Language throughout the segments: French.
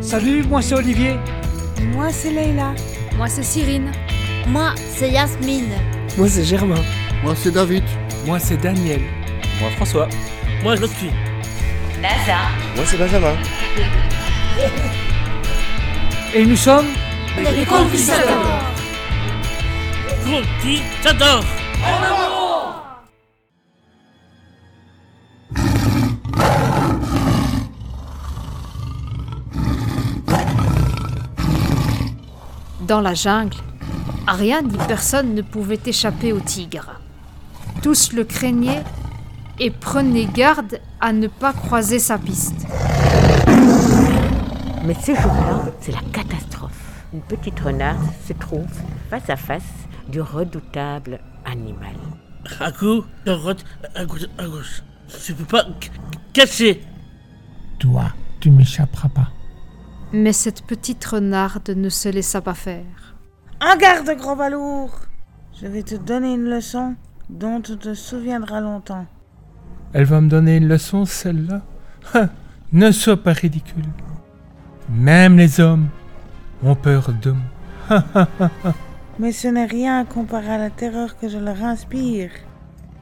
Salut, moi c'est Olivier. Moi, c'est Leïla. Moi, c'est Cyrine. Moi, c'est Yasmine. Moi, c'est Germain. Moi, c'est David. Moi, c'est Daniel. Moi, François. Moi, je me suis. NASA. Moi, c'est Benjamin. Et nous sommes. Les, les confisateurs. Confisateurs. Dans la jungle, rien ni personne ne pouvait échapper au tigre. Tous le craignaient et prenaient garde à ne pas croiser sa piste. Mais ce jour-là, c'est la catastrophe. Une petite renarde se trouve face à face du redoutable animal. À gauche, à droite, à gauche, à gauche. Je peux pas cacher. Toi, tu m'échapperas pas. Mais cette petite renarde ne se laissa pas faire. En garde, gros balourd Je vais te donner une leçon dont tu te souviendras longtemps. Elle va me donner une leçon, celle-là Hein, Ne sois pas ridicule. Même les hommes ont peur de moi. Mais ce n'est rien comparé à la terreur que je leur inspire.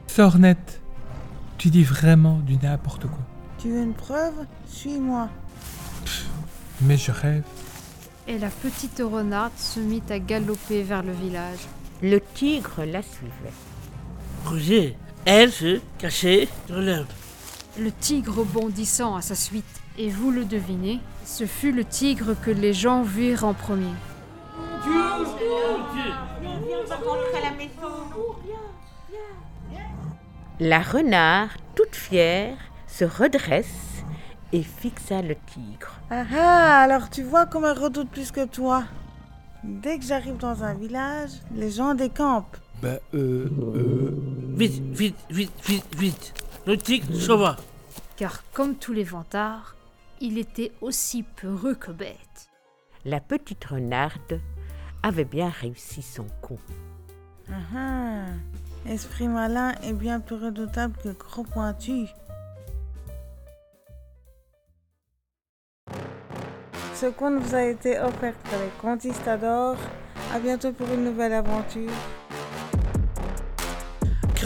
Sornette, tu dis vraiment du n'importe quoi. Tu veux une preuve Suis-moi. Mais je rêve. Et la petite renarde se mit à galoper vers le village. Le tigre la suivait. Roger, elle se cachait dans l'herbe. Le tigre bondissant à sa suite. Et vous le devinez, ce fut le tigre que les gens virent en premier. Dieu, La renarde, toute fière, se redresse et fixa le tigre. Ah ah, alors tu vois qu'on me redoute plus que toi. Dès que j'arrive dans un village, les gens décampent. Bah, euh, euh... Vite, vite, vite, vite, vite. Le tigre s'en va. Car comme tous les vantards, il était aussi peureux que bête. La petite renarde avait bien réussi son coup. Ah ah, esprit malin est bien plus redoutable que gros pointu. Ce conte vous a été offert par les Contistadors. À bientôt pour une nouvelle aventure. que